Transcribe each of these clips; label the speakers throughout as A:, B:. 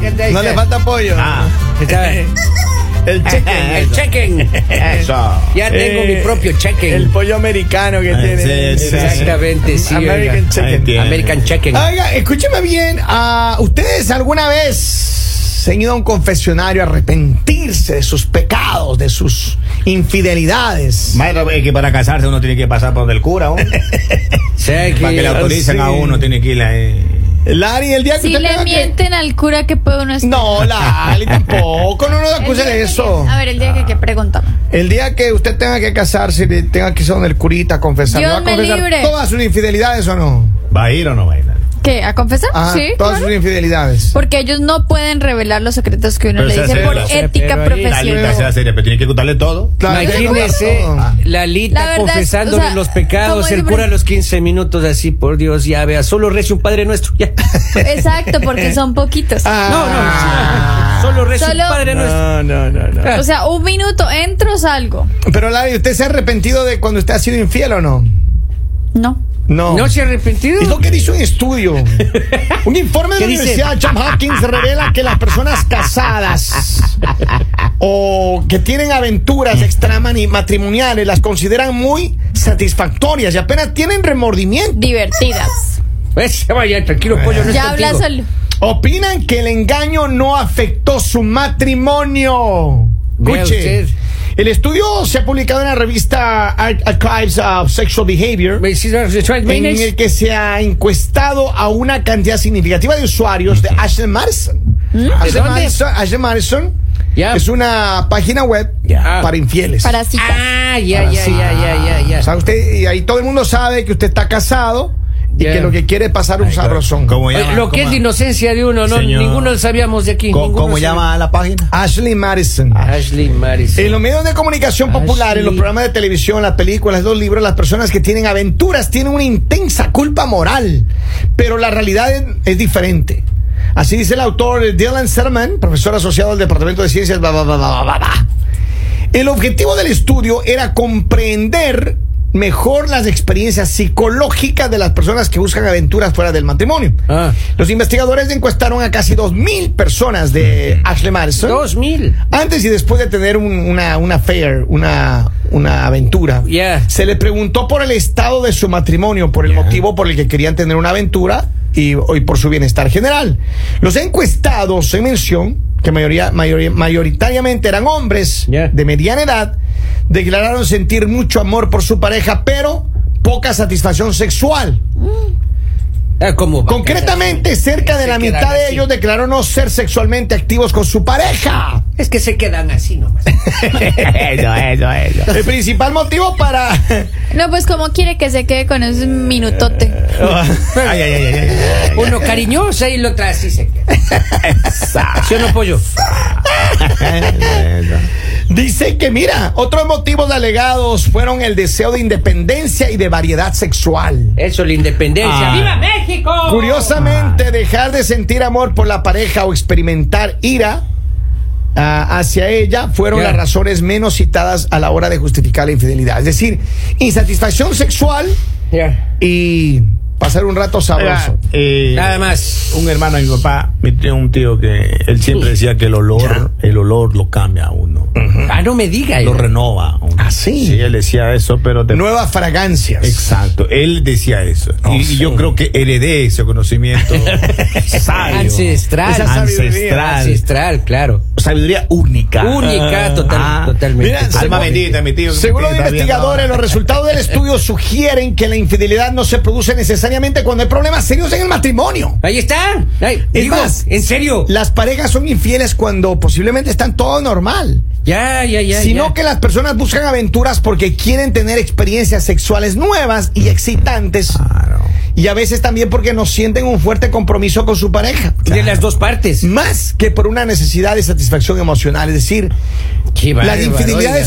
A: ¿Qué te
B: No
A: dice?
B: le falta pollo.
A: Ah, ¿sabes?
B: El chicken.
A: el
B: eso.
A: check-in.
C: Eso.
A: Ya tengo
B: Eh,
A: mi propio
B: El
A: check-in.
B: pollo americano que
C: Ah,
B: tiene.
C: sí, sí,
A: Exactamente, sí. oiga.
B: American
C: Ahí
B: chicken.
C: tiene.
A: American check-in.
B: Oiga, escúcheme bien. ah, ¿Ustedes alguna vez se han ido a un confesionario a arrepentirse de sus pecados, de sus infidelidades?
C: Maestro, es que para casarse uno tiene que pasar por donde el cura, ¿no?
A: Sé
C: Para que le
A: que-
C: autoricen a
B: sí.
C: uno, tiene que ir ahí.
B: Lari, el día que
D: Si
B: usted tenga
D: le
B: que-
D: mienten al cura que puede uno estar.
B: No, Lari, tampoco. No nos
D: El
B: acusen
D: día
B: de
D: que-
B: eso. Ah.
D: A ver, el día que, que preguntamos.
B: El día que usted tenga que casarse, le tenga que ir donde el curita a confesar. ¿le
D: Dios
B: va a
D: me
B: confesar
D: libre.
B: todas sus infidelidades o no?
C: ¿Va a ir o no va a ir?
D: ¿Qué? ¿A confesar?
B: Ajá,
D: sí.
B: Ah, todas
D: claro.
B: sus infidelidades.
D: Porque ellos no pueden revelar los secretos que uno
C: Pero
D: le
C: esa
D: dice
C: sería
D: por
C: la-
A: pero
D: ética
A: ahí-
C: La
D: profesional.
C: lista sea seria, pero tiene que contarle todo.
B: Claro,
A: Imagínese
B: tengo
C: Ah.
B: todo.
D: La
A: Lalita
D: verdad es-
A: confesándole
D: o sea,
A: los pecados,
D: como
A: el
D: yo-
A: cura a los 15 minutos así, por Dios, ya vea, solo rece un Padre Nuestro, ya.
D: Exacto, porque son poquitos.
B: Ah.
A: No, no, solo rece
D: Solo-
A: un Padre Nuestro.
B: No, no, no, no.
D: O sea, un minuto entro, salgo.
B: Pero Lari, ¿usted se ha arrepentido de cuando usted ha sido infiel o no?
D: No.
B: No.
A: ¿No se ha arrepentido?
B: Es lo que dice un estudio. Un informe de la
A: ¿Qué dice?
B: Universidad John Hopkins revela que las personas casadas o que tienen aventuras extramatrimoniales las consideran muy satisfactorias y apenas tienen remordimiento.
D: Divertidas.
A: Pues, vaya, tranquilo, pollo, no es
D: ya habla
A: contigo.
D: solo.
B: Opinan que el engaño no afectó su matrimonio.
A: Vea
B: Escuche.
A: usted.
B: El estudio se ha publicado en la revista Ar- Archives of Sexual Behavior.
A: ¿Me hiciste sexual,
B: en
A: Maynes?
B: el que se ha encuestado a una cantidad significativa de usuarios de Ashley Madison. Ashley
A: ¿Mm? dónde?
B: Madison, Ashley Madison
A: Ya.
B: es una página web
A: Ya.
B: para infieles.
D: Para citas.
A: Ah, ya, ya, ya, ya, ya,
B: O
A: ya.
B: sea, usted, y ahí todo el mundo sabe que usted está casado y
A: Ya.
B: que lo que quiere es pasar un sabrosón.
C: ¿Cómo
A: Oye,
C: llama?
A: Lo que es
C: ¿Cómo-
A: la inocencia de uno, no,
C: Señor.
A: ninguno sabíamos de aquí.
C: ¿Cómo,
A: ninguno
C: cómo
A: sabía.
C: llama la página?
B: Ashley Madison.
A: Ashley Maris.
B: En los medios de comunicación
A: Ashley.
B: popular, en los programas de televisión, las películas, los libros, las personas que tienen aventuras tienen una intensa culpa moral, pero la realidad es, es diferente. Así dice el autor eh, Dylan Serman, profesor asociado del Departamento de Ciencias. bla, bla, bla, bla, bla, bla. El objetivo del estudio era comprender mejor las experiencias psicológicas de las personas que buscan aventuras fuera del matrimonio.
A: Ah.
B: Los investigadores encuestaron a casi 2.000 personas de Ashley Madison
A: Mm. Dos mil.
B: antes y después de tener un- una, una affair, una, una aventura,
A: Yeah.
B: se le preguntó por el estado de su matrimonio, por el motivo por el que querían tener una aventura y, y por su bienestar general. Los encuestados en mención, que mayoría, mayoría- mayoritariamente eran hombres
A: Yeah.
B: de mediana edad, declararon sentir mucho amor por su pareja, pero poca satisfacción sexual.
A: Ah, ¿cómo va?
B: Concretamente, cerca de
A: Se
B: la
A: quedan
B: mitad de
A: así.
B: ellos declaró no ser sexualmente activos con su pareja.
A: Es que se quedan así nomás.
C: eso, eso, eso.
B: El principal motivo para
D: No, pues como quiere que se quede con ese minutote.
C: Ay, ay, ay, ay, ay, ay.
A: Uno cariñoso y el otro así se queda. ¿Sí o no, pollo?
C: Eso.
B: Dice que, mira, otros motivos alegados fueron el deseo de independencia y de variedad sexual.
A: Eso, la independencia.
C: Ah.
A: ¡Viva México!
B: Curiosamente, dejar de sentir amor por la pareja o experimentar ira ah, hacia ella fueron
A: Ya.
B: las razones menos citadas a la hora de justificar la infidelidad. Es decir, insatisfacción sexual
A: Ya.
B: y pasar un rato sabroso.
C: Eh,
A: Nada más.
C: Un hermano de mi papá, mi tío, un tío que él siempre decía que el olor, el olor lo cambia a uno,
A: Ah, no me diga.
C: lo
A: ya.
C: renova. a uno.
B: Ah, sí.
C: Sí, él decía eso, pero te-
B: Nuevas fragancias.
C: Exacto, él decía eso.
B: Oh,
C: y, y
B: sí.
C: yo creo que heredé ese conocimiento sabio.
A: Ancestral.
B: Esa sabiduría
C: ancestral.
A: Ancestral, claro.
C: Sabiduría única. Ah,
A: Única, total- totalmente.
C: Mira, alma
A: Totalmente.
C: bendita, mi tío.
B: Según los
C: Pues que está
B: investigadores,
C: viendo
B: los
C: ahora.
B: resultados del estudio sugieren que la infidelidad no se produce necesariamente cuando hay problemas serios en el matrimonio.
A: Ahí está. Ay,
B: Es
A: digo,
B: más,
A: en serio.
B: Las parejas son infieles cuando posiblemente están todo normal,
A: Ya, ya, ya.
B: sino
A: ya.
B: que las personas buscan aventuras porque quieren tener experiencias sexuales nuevas y excitantes
C: Claro.
B: y a veces también porque no sienten un fuerte compromiso con su pareja.
A: De las dos partes.
B: Más que por una necesidad de satisfacción emocional, es decir,
A: Qué
B: las
A: bárbaro,
B: infidelidades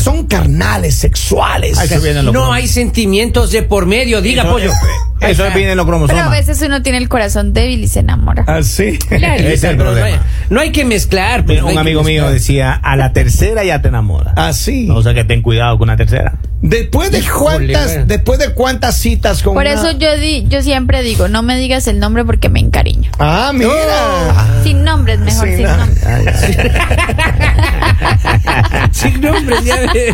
A: oiga.
B: son carnales, sexuales.
C: Ahí se vienen los
A: No
C: problemas.
A: hay sentimientos de por medio, diga
C: Eso-
A: pollo.
C: eso- Eso viene en los
D: Pero a
C: cromosomas.
D: veces uno tiene el corazón débil y se enamora.
B: Ah,
C: Así.
A: Claro,
C: Ese es el
A: pero no hay-
C: problema.
A: No hay que mezclar. pues,
C: Mira,
A: no hay
C: Un
A: que
C: amigo mío
A: mezclar.
C: decía, a la tercera ya te enamoras.
B: Así.
C: O sea que ten cuidado con la tercera.
B: Después de
A: Híjole,
B: cuántas,
A: güey.
B: después de cuántas citas con
D: Por
B: una-
D: eso yo di, yo siempre digo, no me digas el nombre porque me encariño.
B: Ah, mira.
D: Sin nombres, mejor
B: Ah. Sí,
D: sin
B: no.
D: nombres.
A: Sin nombres, ya de-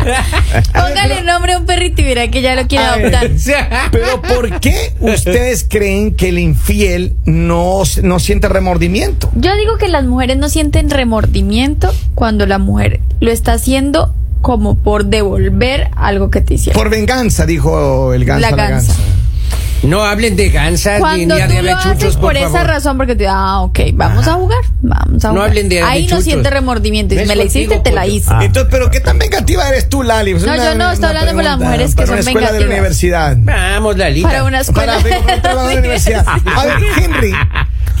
D: Póngale nombre a un perrito y verá que ya lo quiere
B: A ver,
D: adoptar.
A: O sea,
B: Pero ¿por qué ustedes creen que el infiel no, no siente remordimiento?
D: Yo digo que las mujeres no sienten remordimiento cuando la mujer lo está haciendo como por devolver algo que te hicieron.
B: Por venganza, dijo el ganso.
D: La
B: a La
D: gansa.
B: gansa.
A: No hablen de gansas ni,
D: Cuando
A: ni
D: tú lo haces
A: arreachuchos,
D: por, esa
A: favor.
D: razón, porque te ah, ok, vamos a jugar, vamos a
A: No
D: jugar.
A: hablen de
D: Ahí no
A: arrechuchos.
D: siente remordimiento. Y
A: No
D: me
A: es
D: la hiciste,
A: contigo,
D: te la
A: pollo.
D: hice.
C: Ah.
B: Entonces, pero ¿qué tan vengativa eres tú, Lali? Pues Es
D: No, yo no, estoy hablando por las mujeres que
B: para una
D: son
B: escuela de la
D: vengativas.
B: universidad.
A: Vamos, Lalita.
D: Para una escuela.
B: Para para un trabajo de la universidad. A ver, Henry.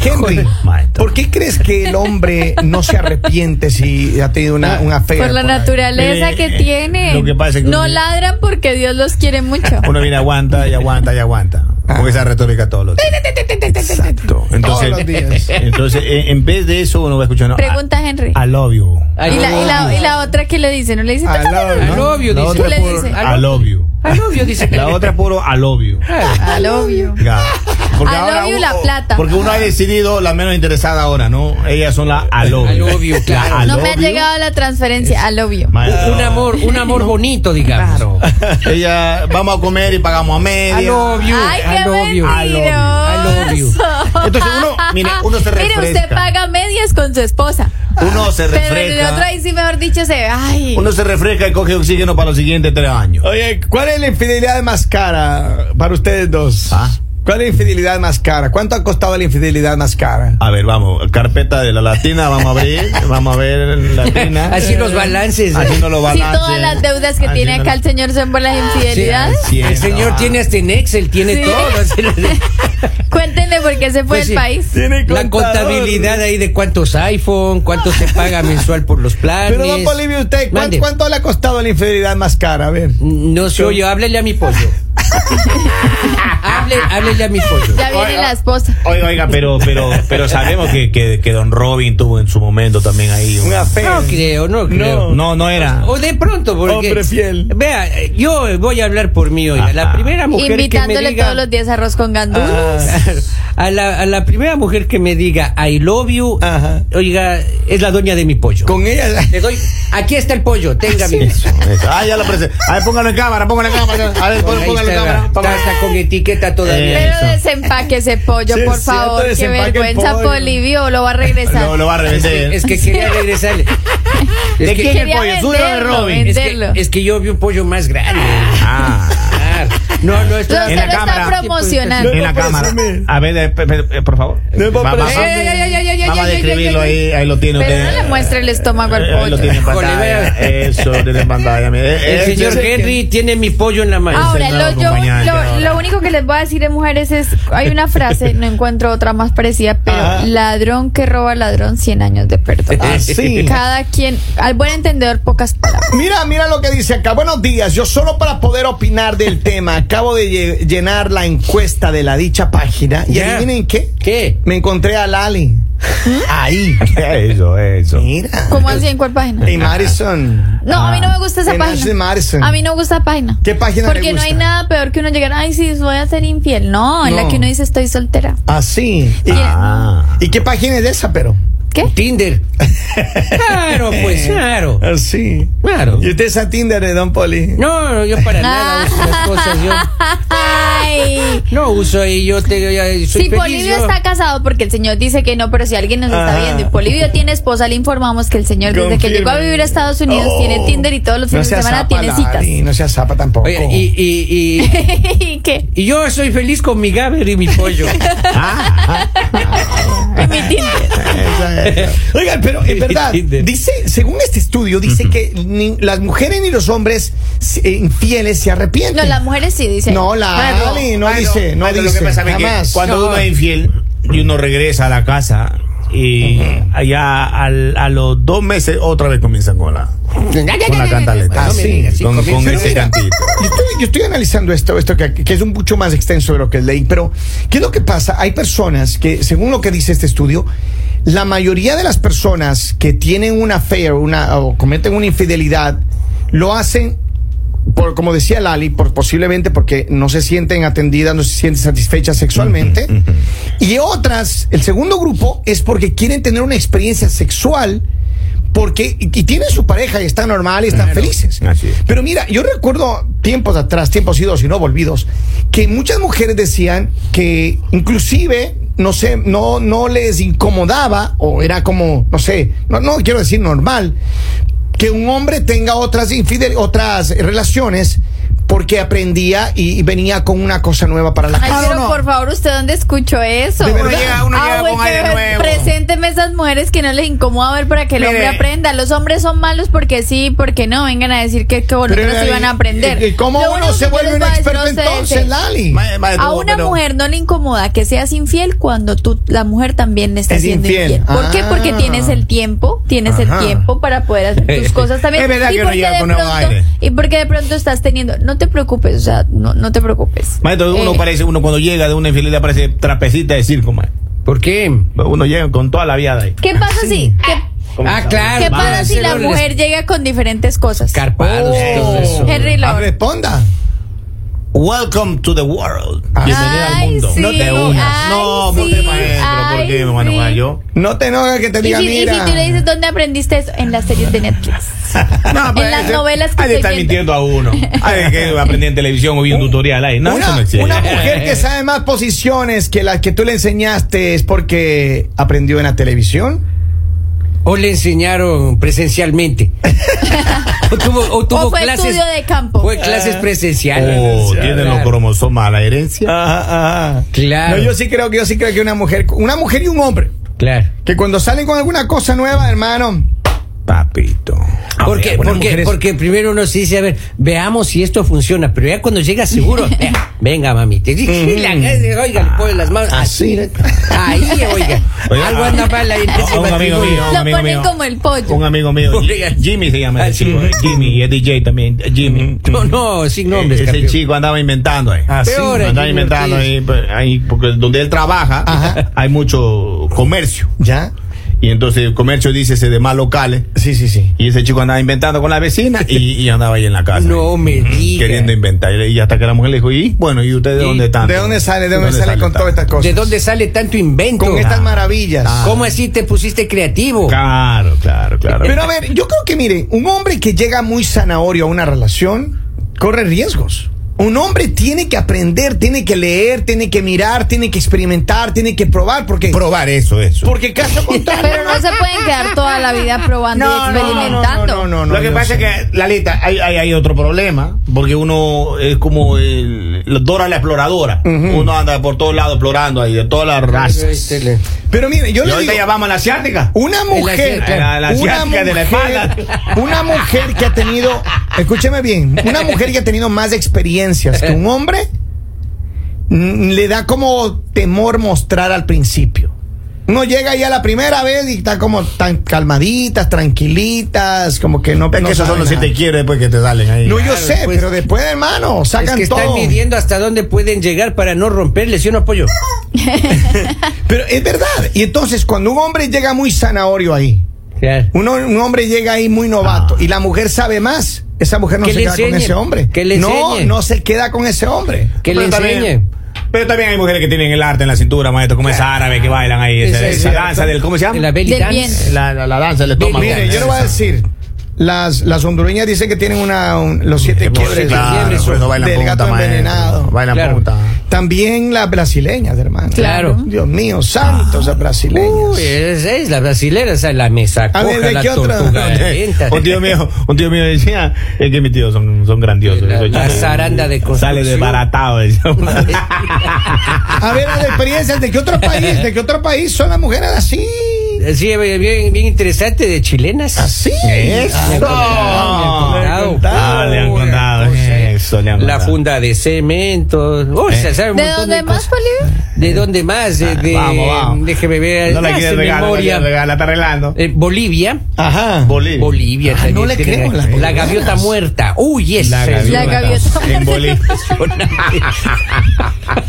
B: Henry,
C: maestro.
B: ¿por qué crees que el hombre no se arrepiente si ha tenido una, una fe?
D: por la naturaleza
C: Mire,
D: que
C: eh,
D: tiene.
C: lo que pasa es que
D: no
C: uno-
D: ladran porque Dios los quiere mucho.
C: Uno viene, aguanta y aguanta y aguanta. Con esa retórica todos los días. Exacto. Entonces,
B: Todos los días.
C: entonces en, en vez de eso, uno va escuchando.
D: Pregunta Henry.
C: I love you.
A: Ay,
D: y, la, y, la, y
C: ah,
D: la otra que le dice, no le dice.
B: Ah,
D: "Tócame
B: la-
A: Al obvio,
C: La
A: dice.
C: otra
D: ¿Qué le
C: puro,
D: dice?
C: I love you.
A: Al obvio, dice.
C: La otra es puro I love you.
D: Al obvio.
C: Ya.
D: I love you, la plata.
C: Porque uno ha decidido la menos interesada ahora, ¿no? Ellas son la I love
A: I
C: you.
A: love you, claro.
C: La I
D: No
C: love
D: me ha
C: you.
D: llegado la transferencia, al obvio.
C: Maestro.
A: Un amor, un amor bonito, digamos.
C: Ella, vamos a comer y pagamos a media.
A: I love you.
D: Ay,
A: I
D: qué
A: love you.
C: I
A: I
C: love you.
A: love you.
D: mentiroso.
C: Entonces uno, mire, uno se refresca.
D: Mire, usted paga medias con su esposa.
C: Uno se
D: Pero el
C: refresca.
D: otro ahí sí, mejor dicho, se. Ay.
C: Uno se refresca y coge oxígeno para los siguientes tres años.
B: Oye, ¿cuál es la infidelidad más cara para ustedes dos?
C: Ah.
B: ¿Cuál es la infidelidad más cara? ¿Cuánto ha costado la infidelidad más cara?
C: A ver, vamos, carpeta de la latina, vamos a abrir, vamos a ver latina.
A: Así los balances.
C: Así no lo
D: Si
C: balance.
D: todas las deudas que
C: Así
D: tiene
C: Ah, no
D: acá
C: lo-
D: el señor son por las infidelidades,
C: Sí,
A: El señor
C: ah.
A: tiene hasta en Excel, tiene
D: Sí.
A: todo.
D: cuéntenle por qué se fue
A: Pues
D: del
A: sí.
D: país.
A: La contabilidad ahí de cuántos iPhone, cuánto se paga mensual por los planes.
B: Pero don Polivio, usted, ¿cuán-
A: Mande.
B: ¿cuánto le ha costado la infidelidad más cara? A ver.
A: No se oye, háblele a mi pollo. Hable- háblele a mi pollo.
D: Ya viene
C: Oiga.
D: la esposa.
C: Oiga, oiga, pero, pero, pero sabemos que, que, que Don Robin tuvo en su momento también ahí. una-
B: Una fe.
A: No creo, no creo.
C: No, no era.
A: O de pronto, porque.
B: Hombre fiel.
A: Vea, eh, yo voy a hablar por mí hoy. A La
C: Ajá.
A: primera mujer que
D: Invitándole
A: me diga.
D: todos los días arroz con
B: Ah.
D: gandules.
C: Ah,
A: a, la, a la primera mujer que me diga I love you,
B: Ajá.
A: oiga, es la doña de mi pollo.
B: Con ella.
A: Le doy. Aquí está el pollo, tenga mi.
C: Eso, eso. Ah, ya lo presenté. A ver, póngalo en cámara, póngalo en cámara. A ver, pon-
A: Ahí
C: póngalo en
A: está,
C: cámara.
A: está, está con etiqueta
B: Eh,
A: todavía.
D: Pero
C: Eso.
D: desempaque ese pollo,
B: Sí,
D: por
B: es cierto,
D: favor. Qué
B: desempaque el
D: vergüenza,
B: pollo.
D: Polivio. Lo va a regresar.
C: Lo, lo va a
A: Es
B: eh.
C: revender.
A: que, es que quería regresarle. Es
C: ¿De
A: que-
C: quién el
D: Quería
C: pollo? ¿Suyo o de
D: venderlo,
C: Robin?
A: Es que,
D: Venderlo.
A: es que yo vi un pollo más grande.
C: Ah.
A: Claro. No, no, esto
D: Lo-
C: en
D: se
C: la
D: lo está
C: cámara.
D: promocionando.
C: en la cámara. A ver, eh, pe- pe- eh, por favor.
B: No puedo
C: Va- va-
B: parecer.
D: Ey, ey, ey, ey, ey,
C: Vamos a
D: ey, ey,
C: describirlo
D: ey, ey.
C: ahí. Ahí lo tiene
D: Pero
C: usted.
D: no le muestre el estómago al
C: Eh, Ahí lo
D: pollo.
C: tiene en
A: Híjole,
C: pantalla.
A: vea.
C: Eso, tiene en pantalla. mire.
A: El
B: Este
C: Eh,
A: señor
C: eh,
A: Henry tiene mi pollo en la mano.
D: Ahora,
C: Enseñado
D: lo, yo-
C: acompañante,
D: lo-
C: ahora.
D: lo único que les voy a decir de mujeres es, hay una frase, no encuentro otra más parecida, pero
B: Ajá.
D: ladrón que roba al ladrón, 100 años de perdón.
B: Ah, sí.
D: Cada quien, al buen entendedor, pocas palabras.
B: Mira, mira lo que dice acá. Buenos días. Yo solo para poder opinar del tema, acabo de lle- llenar la encuesta de la dicha página. ¿Y
A: Ya.
B: adivinen qué?
A: ¿Qué?
B: Me encontré a Lali.
C: ¿Mm?
B: Ahí.
C: Eso, eso.
B: Mira.
D: ¿Cómo así en cuál página?
B: Y Madison. Ah.
D: No, a mí no me gusta esa
B: En Ashley Madison.
D: página. A mí no me gusta esa página.
B: ¿Qué página le
D: Porque no hay
B: gusta?
D: nada peor que uno llegar, ay, sí, voy a ser infiel. No, en la
B: No.
D: que uno dice estoy soltera.
B: Así. ¿Y,
C: Ah.
B: ¿y qué página es esa, pero?
D: ¿Qué?
A: Tinder. Claro, pues, claro.
B: Así.
A: Claro.
B: Ah, ¿Y usted es a Tinder de Don Poli?
A: No, no, yo
D: Ah.
A: para nada uso las cosas. Yo
D: Ay.
A: no uso y yo te, yo soy
D: Si
A: feliz,
D: Polivio
A: yo.
D: está casado porque el señor dice que no, pero si alguien nos está
B: Ajá.
D: viendo y Polivio tiene esposa, le informamos que el señor desde que
B: Confirme.
D: llegó a vivir a Estados Unidos
B: Oh.
D: tiene Tinder y todos los
B: No
D: fines
B: sea
D: de semana
B: zapa,
D: tiene citas.
B: Lali, no sea zapa tampoco.
A: Oye, y, y, y,
D: ¿Y qué?
A: y yo soy feliz con mi Gaber y mi pollo.
C: Ah,
D: En mi Tinder.
B: Oigan, pero en verdad,
A: Tinder.
B: dice, según este estudio, dice que ni las mujeres ni los hombres eh, infieles se arrepienten.
D: No, las mujeres sí dicen.
B: No, la
D: Claro.
B: Lali no
C: Bueno,
B: dice, no
C: bueno,
B: dice.
C: Lo que pasa es que
B: jamás.
C: cuando
A: No.
C: uno es infiel y uno regresa a la casa, y allá al- a los dos meses otra vez comienzan con la, con la cantaleta.
B: Ah, sí,
A: así
C: con, con
A: comienza.
C: ese cantito.
B: Yo estoy, yo estoy analizando esto, esto que, que es un mucho más extenso de lo que leí, pero ¿qué es lo que pasa? Hay personas que, según lo que dice este estudio, la mayoría de las personas que tienen una fe o una, o cometen una infidelidad, lo hacen, por, como decía Lali, por, posiblemente porque no se sienten atendidas, no se sienten satisfechas sexualmente. Y otras, el segundo grupo, es porque quieren tener una experiencia sexual. Porque, y y tienen su pareja y están normal y están felices.
C: Así es.
B: Pero mira, yo recuerdo tiempos atrás, tiempos idos y no volvidos, que muchas mujeres decían que inclusive, no sé, no, no les incomodaba o era como, no sé, no, no quiero decir normal, que un hombre tenga otras, infidel, otras relaciones porque aprendía y, y venía con una cosa nueva para la
D: Ay,
C: Ah,
B: casa.
D: pero por favor, ¿usted dónde escuchó eso?
B: De verdad.
D: Oiga. Ah,
B: Llega
C: uno, llega
D: bueno,
C: con aire
D: que
C: nuevo.
D: Presénteme esas mujeres que no les incomoda ver para que el
C: Mire.
D: hombre aprenda. Los hombres son malos porque sí, porque no. Vengan a decir que, que
B: Pero,
D: nosotros
B: eh,
D: iban a aprender.
B: eh, ¿Cómo
D: Lo
B: uno
D: único
B: se
D: que
B: vuelve
D: les
B: un
D: voy a decir
B: experto
D: a ustedes
B: entonces,
D: es,
B: Lali?
C: Ma- ma-
D: A
C: no,
D: una
C: pero-
D: mujer no le incomoda que seas infiel cuando tú, la mujer también le está
B: Es
D: siendo
B: infiel.
D: infiel. ¿Por qué? Porque
B: Ah.
D: tienes el tiempo, tienes
B: Ajá.
D: el tiempo para poder hacer tus cosas también.
C: Es verdad
D: y
C: que uno
D: porque
C: llega
D: de
C: con nuevo
D: pronto-
C: aire.
D: Y porque de pronto estás teniendo, no te preocupes, o sea, no, no te preocupes.
C: Maestro, uno
D: Eh,
C: parece, uno cuando llega de una infidelidad parece trapecita de circo, maestro.
A: ¿Por qué?
C: Uno llega con toda la viada ahí.
D: ¿Qué pasa si? ¿Qué,
A: Ah, claro.
D: qué
A: van a
D: pasa si
A: hacer
D: la
A: los
D: mujer llega con diferentes cosas?
A: Escarpados y todo eso.
D: Oh. Henry
B: Ah,
D: Lord.
B: responda.
C: Welcome to the world.
B: Ah.
C: Bienvenido al
D: Ay,
C: mundo.
D: sí,
C: no te unas.
D: ay,
C: no, ¿por qué,
D: sí,
C: maestro? ¿Por
D: ay,
C: qué, hermano?
D: sí.
C: Ah, yo.
B: No te enojes que te
D: Y
B: diga,
D: si, y si
B: mira.
D: tú le dices, ¿dónde aprendiste eso? En las series de Netflix. en las novelas que
C: Ahí le
D: estoy
C: está
D: viendo.
C: mintiendo a uno. Ahí que aprendí en televisión o vi un tutorial ahí. No, eso no
B: una,
C: existe.
B: una mujer que sabe más posiciones que las que tú le enseñaste es porque aprendió en la televisión.
A: O le enseñaron presencialmente. o tuvo, o tuvo
D: O fue
A: clases.
D: estudio de campo.
A: Fue clases presenciales.
C: Oh, tienen los
A: Claro.
C: cromosomas a la herencia.
A: Claro.
B: No, yo sí creo que yo sí creo que una mujer, una mujer y un hombre,
A: Claro.
B: que cuando salen con alguna cosa nueva, hermano,
C: Papito.
A: Porque,
B: buenas
A: porque,
B: mujeres.
A: porque primero uno se dice, a ver, veamos si esto funciona, pero ya cuando llega seguro, vea, venga mami, te y la- oiga, le pones las manos así, ahí, oiga,
C: Oye,
A: algo
C: ah,
A: anda mal ahí en
C: a
A: ese
C: un amigo
A: matrimonio.
C: mío. un
D: Lo
C: amigo
D: ponen
C: mío.
D: como el pollo.
C: Un amigo mío,
A: Oiga.
C: Jimmy se llama
A: Ah,
C: el
A: sí.
C: chico. eh, Jimmy y es DJ también. eh, Jimmy.
A: No, no, sin nombres,
C: Eh, Ese
A: campeón.
C: chico andaba inventando ahí.
A: Ah, sí. Peor,
C: andaba
A: Jimmy
C: inventando
A: Ortiz.
C: ahí, pues, ahí, porque donde él trabaja
B: Ajá.
C: hay mucho comercio.
B: ya.
C: Y entonces el comercio dice de más locales.
B: Sí, sí, sí.
C: Y ese chico andaba inventando con la vecina y, y andaba ahí en la casa.
A: No me diga.
C: Queriendo inventar. Y hasta que la mujer le dijo, ¿y bueno, y ustedes de
A: ¿Y
C: Ah, dónde están?
B: ¿De dónde sale? ¿De dónde, sale, con
C: tal?
B: todas estas cosas?
A: ¿De dónde Ah. sale tanto invento?
B: Con estas maravillas.
A: ¿Cómo así te pusiste creativo?
C: Claro, claro, claro.
B: Pero a ver, yo creo que mire, un hombre que llega muy zanahorio a una relación corre riesgos. Un hombre tiene que aprender, tiene que leer, tiene que mirar, tiene que experimentar, tiene que probar, porque
C: probar eso, eso.
B: porque caso contrario.
D: Pero no se pueden quedar toda la vida probando y
B: No,
D: experimentando.
B: no, no, no,
C: Lo que
B: yo sé.
C: pasa es que, Lalita, hay, hay, hay otro problema, porque uno es como el, la Dora la exploradora. Uno anda por todos lados explorando ahí, de todas las razas.
A: Este le-
B: Pero mire, yo
C: Y
B: le
C: ahorita
B: digo,
C: ya vamos a la asiática.
B: una mujer,
A: asiática.
C: La- la
B: una
C: asiática de la espalda.
B: mujer, una mujer que ha tenido, escúcheme bien, una mujer que ha tenido más experiencias que un hombre mm, le da como temor mostrar al principio. Uno llega ya la primera vez y está como tan calmaditas, tranquilitas, como que no.
C: Es
B: no
C: que esos son
B: saben
C: los si
B: nada.
C: te quiere después que te salen ahí.
B: No, yo
A: Claro,
B: sé,
A: pues.
B: pero después, hermano, sacan
A: Es que están
B: todo.
A: midiendo hasta dónde pueden llegar para no romperles, ¿sí o no, pollo?
B: Pero es verdad. Y entonces, cuando un hombre llega muy zanahorio ahí,
A: Claro.
B: Uno- un hombre llega ahí muy novato y la mujer sabe más. Esa mujer no
A: Que
B: se
A: le
B: queda con
A: enseñe,
B: ese hombre.
A: que le
B: no,
A: enseñe.
B: no se queda con ese hombre.
A: Que le
C: Pero también-
A: enseñe.
C: Pero también hay mujeres que tienen el arte en la cintura, maestro, como esa árabe que bailan ahí, esa,
A: Sí, sí,
C: esa
A: sí.
C: danza del, ¿cómo se llama?
A: La belly
D: Del
A: dance.
D: bien.
C: La, la, la danza del estómago.
B: Mire, yo le voy a decir, las, las hondureñas dicen que tienen una, un- los siete
C: Eh, pues,
B: quiebres
C: claro,
A: quiebres,
C: por eso bailan
B: del
C: punta,
B: gato
C: maestro.
B: envenenado.
C: Bailan
A: Claro.
C: punta.
B: También las brasileñas, hermano.
A: Claro.
B: Dios mío, santos las brasileñas.
A: Uy, eh. esa es la brasilera, esa es la mesa
B: A
A: coja,
B: ver, ¿de
A: la
B: qué otra?
A: tortuga lenta.
C: un tío mío, un tío mío decía, es que mis tíos son, son grandiosos.
A: La-
C: Esos
A: la
C: chicos-
A: zaranda de
C: Sale
A: construcción.
C: desbaratado. decía.
B: A ver, las experiencias, ¿de qué otro país? ¿De qué otro país son las mujeres así?
A: Sí, bien, bien interesante de chilenas.
B: Así.
A: Me han contado, me han contado.
C: Ah, le han
A: Pura
C: contado.
A: cosa.
C: eh, Eso, le
A: La funda de cemento. Uy,
C: Eh.
A: se sabe un
D: ¿De
A: montón
D: dónde más,
A: cosas.
D: Bolivia?
A: ¿De dónde más? Eh, de-
C: vamos, vamos.
A: Déjeme ver.
C: No la
A: ya
C: quieres
A: hace
C: regalar, no la
A: memoria.
C: quieres regalar, la está arreglando.
A: Eh, Bolivia.
B: Ajá.
C: Bolivia.
A: Bolivia
B: Ah,
A: también
B: no le
A: tiene-
B: creo a las
A: La
B: bolivianas.
A: gaviota muerta. Uy, esa
C: La
A: es
D: La
A: una-
D: gaviota.
C: En Bolivia.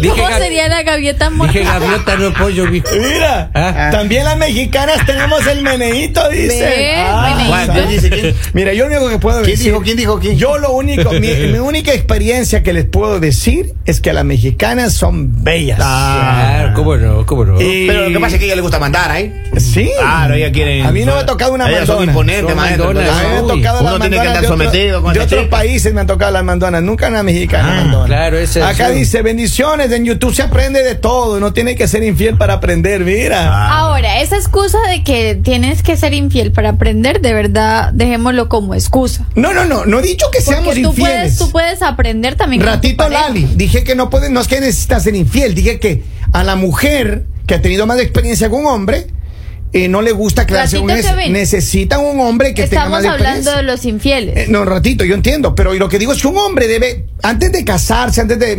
A: Dije
D: ¿Cómo
A: gavi-
D: sería la gaviota muerta?
A: Dije gaviota, no pollo, mijo.
B: Mira,
A: Ah.
B: también las mexicanas tenemos el meneíto, dice. Ah,
D: Ve, meneíto.
C: ¿Quién dice quién?
B: Mira, yo lo único que puedo
C: ¿Quién
B: decir.
C: dijo? ¿Quién dijo quién?
B: Yo lo único, mi, mi única experiencia que les puedo decir es que las mexicanas son bellas.
C: Ah.
A: Claro, cómo no, cómo no.
B: Y-
C: Pero lo que pasa es que a ella le gusta mandar, ¿eh?
B: Sí.
C: Claro, ella quiere.
B: A mí no me ha tocado una
C: Ellas son
B: mandona.
C: imponentes,
A: Son
C: maestro.
A: mandonas,
B: A mí me
A: Uy,
B: han
C: entonces,
B: tocado
C: uno
B: las
C: tiene que
B: mandonas
C: estar
B: de otro-
C: sometido con este
B: de
C: esa
B: otros
C: chica.
B: países me han tocado las mandonas, nunca una mexicana
C: Ah,
B: mandona.
A: claro, ese es
B: Acá
A: el-
B: dice, bendiciones, en YouTube se aprende de todo, no tiene que ser infiel para aprender,
C: Ah.
B: mira.
D: Ahora, esa excusa de que tienes que ser infiel para aprender, de verdad, dejémoslo como excusa.
B: No, no, no, no he dicho que seamos
D: Porque tú
B: infieles.
D: puedes, tú puedes aprender también. con tu
B: Ratito
D: pareja.
B: Lali, dije que no puede, no es que necesitas ser infiel, dije que a la mujer que ha tenido más experiencia que un hombre, eh, no le gusta quedarse con
D: Ratito
B: ese.
D: Kevin.
B: Necesitan un hombre que tenga
D: Estamos
B: más
D: hablando
B: experiencia.
D: de los infieles.
B: Eh, no, ratito, yo entiendo, pero lo que digo es que un hombre debe, antes de casarse, antes de, de-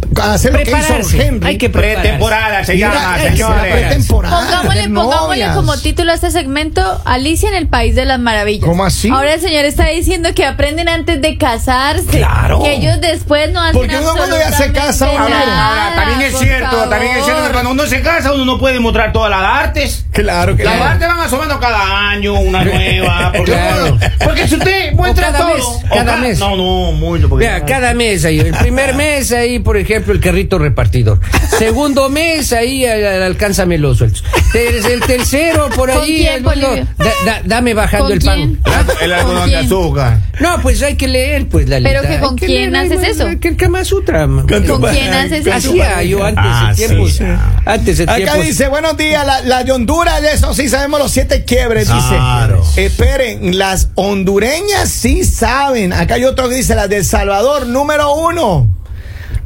B: de- hacer lo que hizo
A: Prepararse.
B: Henry,
A: Hay que prepararse.
C: Pretemporada se
B: mira,
C: llama,
B: es la
C: señores.
B: pretemporada,
D: Pongámosle,
B: tener
D: pongámosle
B: novias.
D: como título a este segmento Alicia en el País de las Maravillas.
B: ¿Cómo así?
D: Ahora el señor está diciendo que aprenden antes de casarse.
B: Claro.
D: Que ellos después no hacen
B: Porque uno cuando ya se casa,
D: absolutamente
B: uno-
C: Ahora,
D: nada,
C: ahora, también es
D: por
C: cierto,
D: favor.
C: también es cierto que cuando uno se casa, uno no puede mostrar todas las artes.
B: Claro que
C: Las
B: no.
C: artes van asomando cada año una nueva. Porque,
A: Claro.
C: porque si usted muestra
A: O cada
C: todo.
A: mes,
C: o
A: cada
C: ca-
A: mes.
C: No, no, mucho. Porque
A: Vea, cada mes ahí, el primer mes ahí, por ejemplo, el carrito repartidor. Segundo mes ahí, al- al- alcánzame los sueldos. Ter- el tercero por
D: ¿Con
A: ahí,
D: quién,
A: el- no,
D: Bolivia?
A: da- da- dame bajando
D: ¿Con
A: el pan.
D: quién?
C: El
D: ¿Con
C: algodón de
D: quién?
C: azúcar.
A: No, pues hay que leer, pues la
D: Pero
A: lista.
D: que con
A: Hay
D: quién
A: leer,
D: haces
A: hay-
D: eso.
A: Que el Kama Sutra.
B: Con tu
A: Eh,
D: ¿Con
B: pa-
D: quién haces
B: con tu
D: eso?
A: Hacía yo antes
C: Ah,
A: de tiempos.
C: sí.
A: Antes de
B: Acá
A: tiempos.
B: dice, buenos días, la, la de Honduras, de eso sí sabemos los siete quiebres,
C: Claro.
B: dice. Esperen, las hondureñas sí saben. Acá hay otro que dice, las de El Salvador, número uno.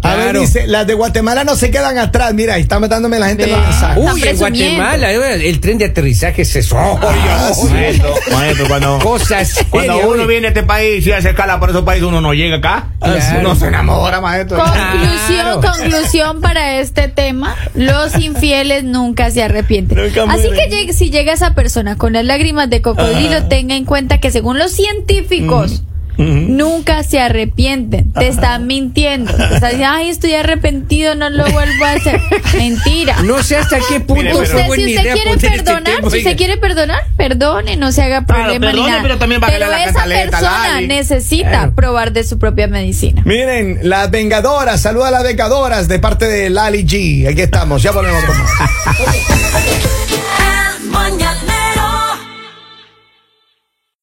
B: A ver,
A: Claro.
B: dice, las de Guatemala no se quedan atrás. Mira, ahí está matándome la gente
D: Ve.
B: los mensajes.
D: Están
A: Uy, en
D: presumiendo.
A: Guatemala, eh, el tren de aterrizaje se soy.
B: Ah,
C: Maestro, maestro, cuando,
A: Cosas
C: cuando
A: serias,
C: uno
A: oye.
C: viene a este país y hace escala por esos países, uno no llega acá.
A: Claro.
B: Uno se enamora, maestro.
D: Conclusión,
A: Claro.
D: conclusión para este tema. Los infieles nunca se arrepienten.
B: Nunca
D: Así que
B: mueren.
D: lleg- si llega esa persona con las lágrimas de cocodrilo, tenga en cuenta que según los científicos,
A: Mm. Mm-hmm.
D: nunca se arrepienten. Te están mintiendo. Te están diciendo, ay, estoy arrepentido, no lo vuelvo a hacer. Mentira.
A: No sé hasta qué punto
C: Mire,
A: fue
D: Usted,
A: buena
D: si usted
A: idea
D: quiere
A: poner este
D: perdonar,
A: tema,
D: si
A: oiga.
D: usted quiere perdonar, perdone, no se haga
C: Claro,
D: problema ni
C: perdone,
D: nada.
C: pero también bájale la
D: esa
C: cantaleta,
D: persona
C: Lali.
D: necesita
A: Claro.
D: probar de su propia medicina.
B: Miren, las vengadoras, saluda a las vengadoras de parte de Lali G. Aquí estamos, ya volvemos con más.
E: El mañanero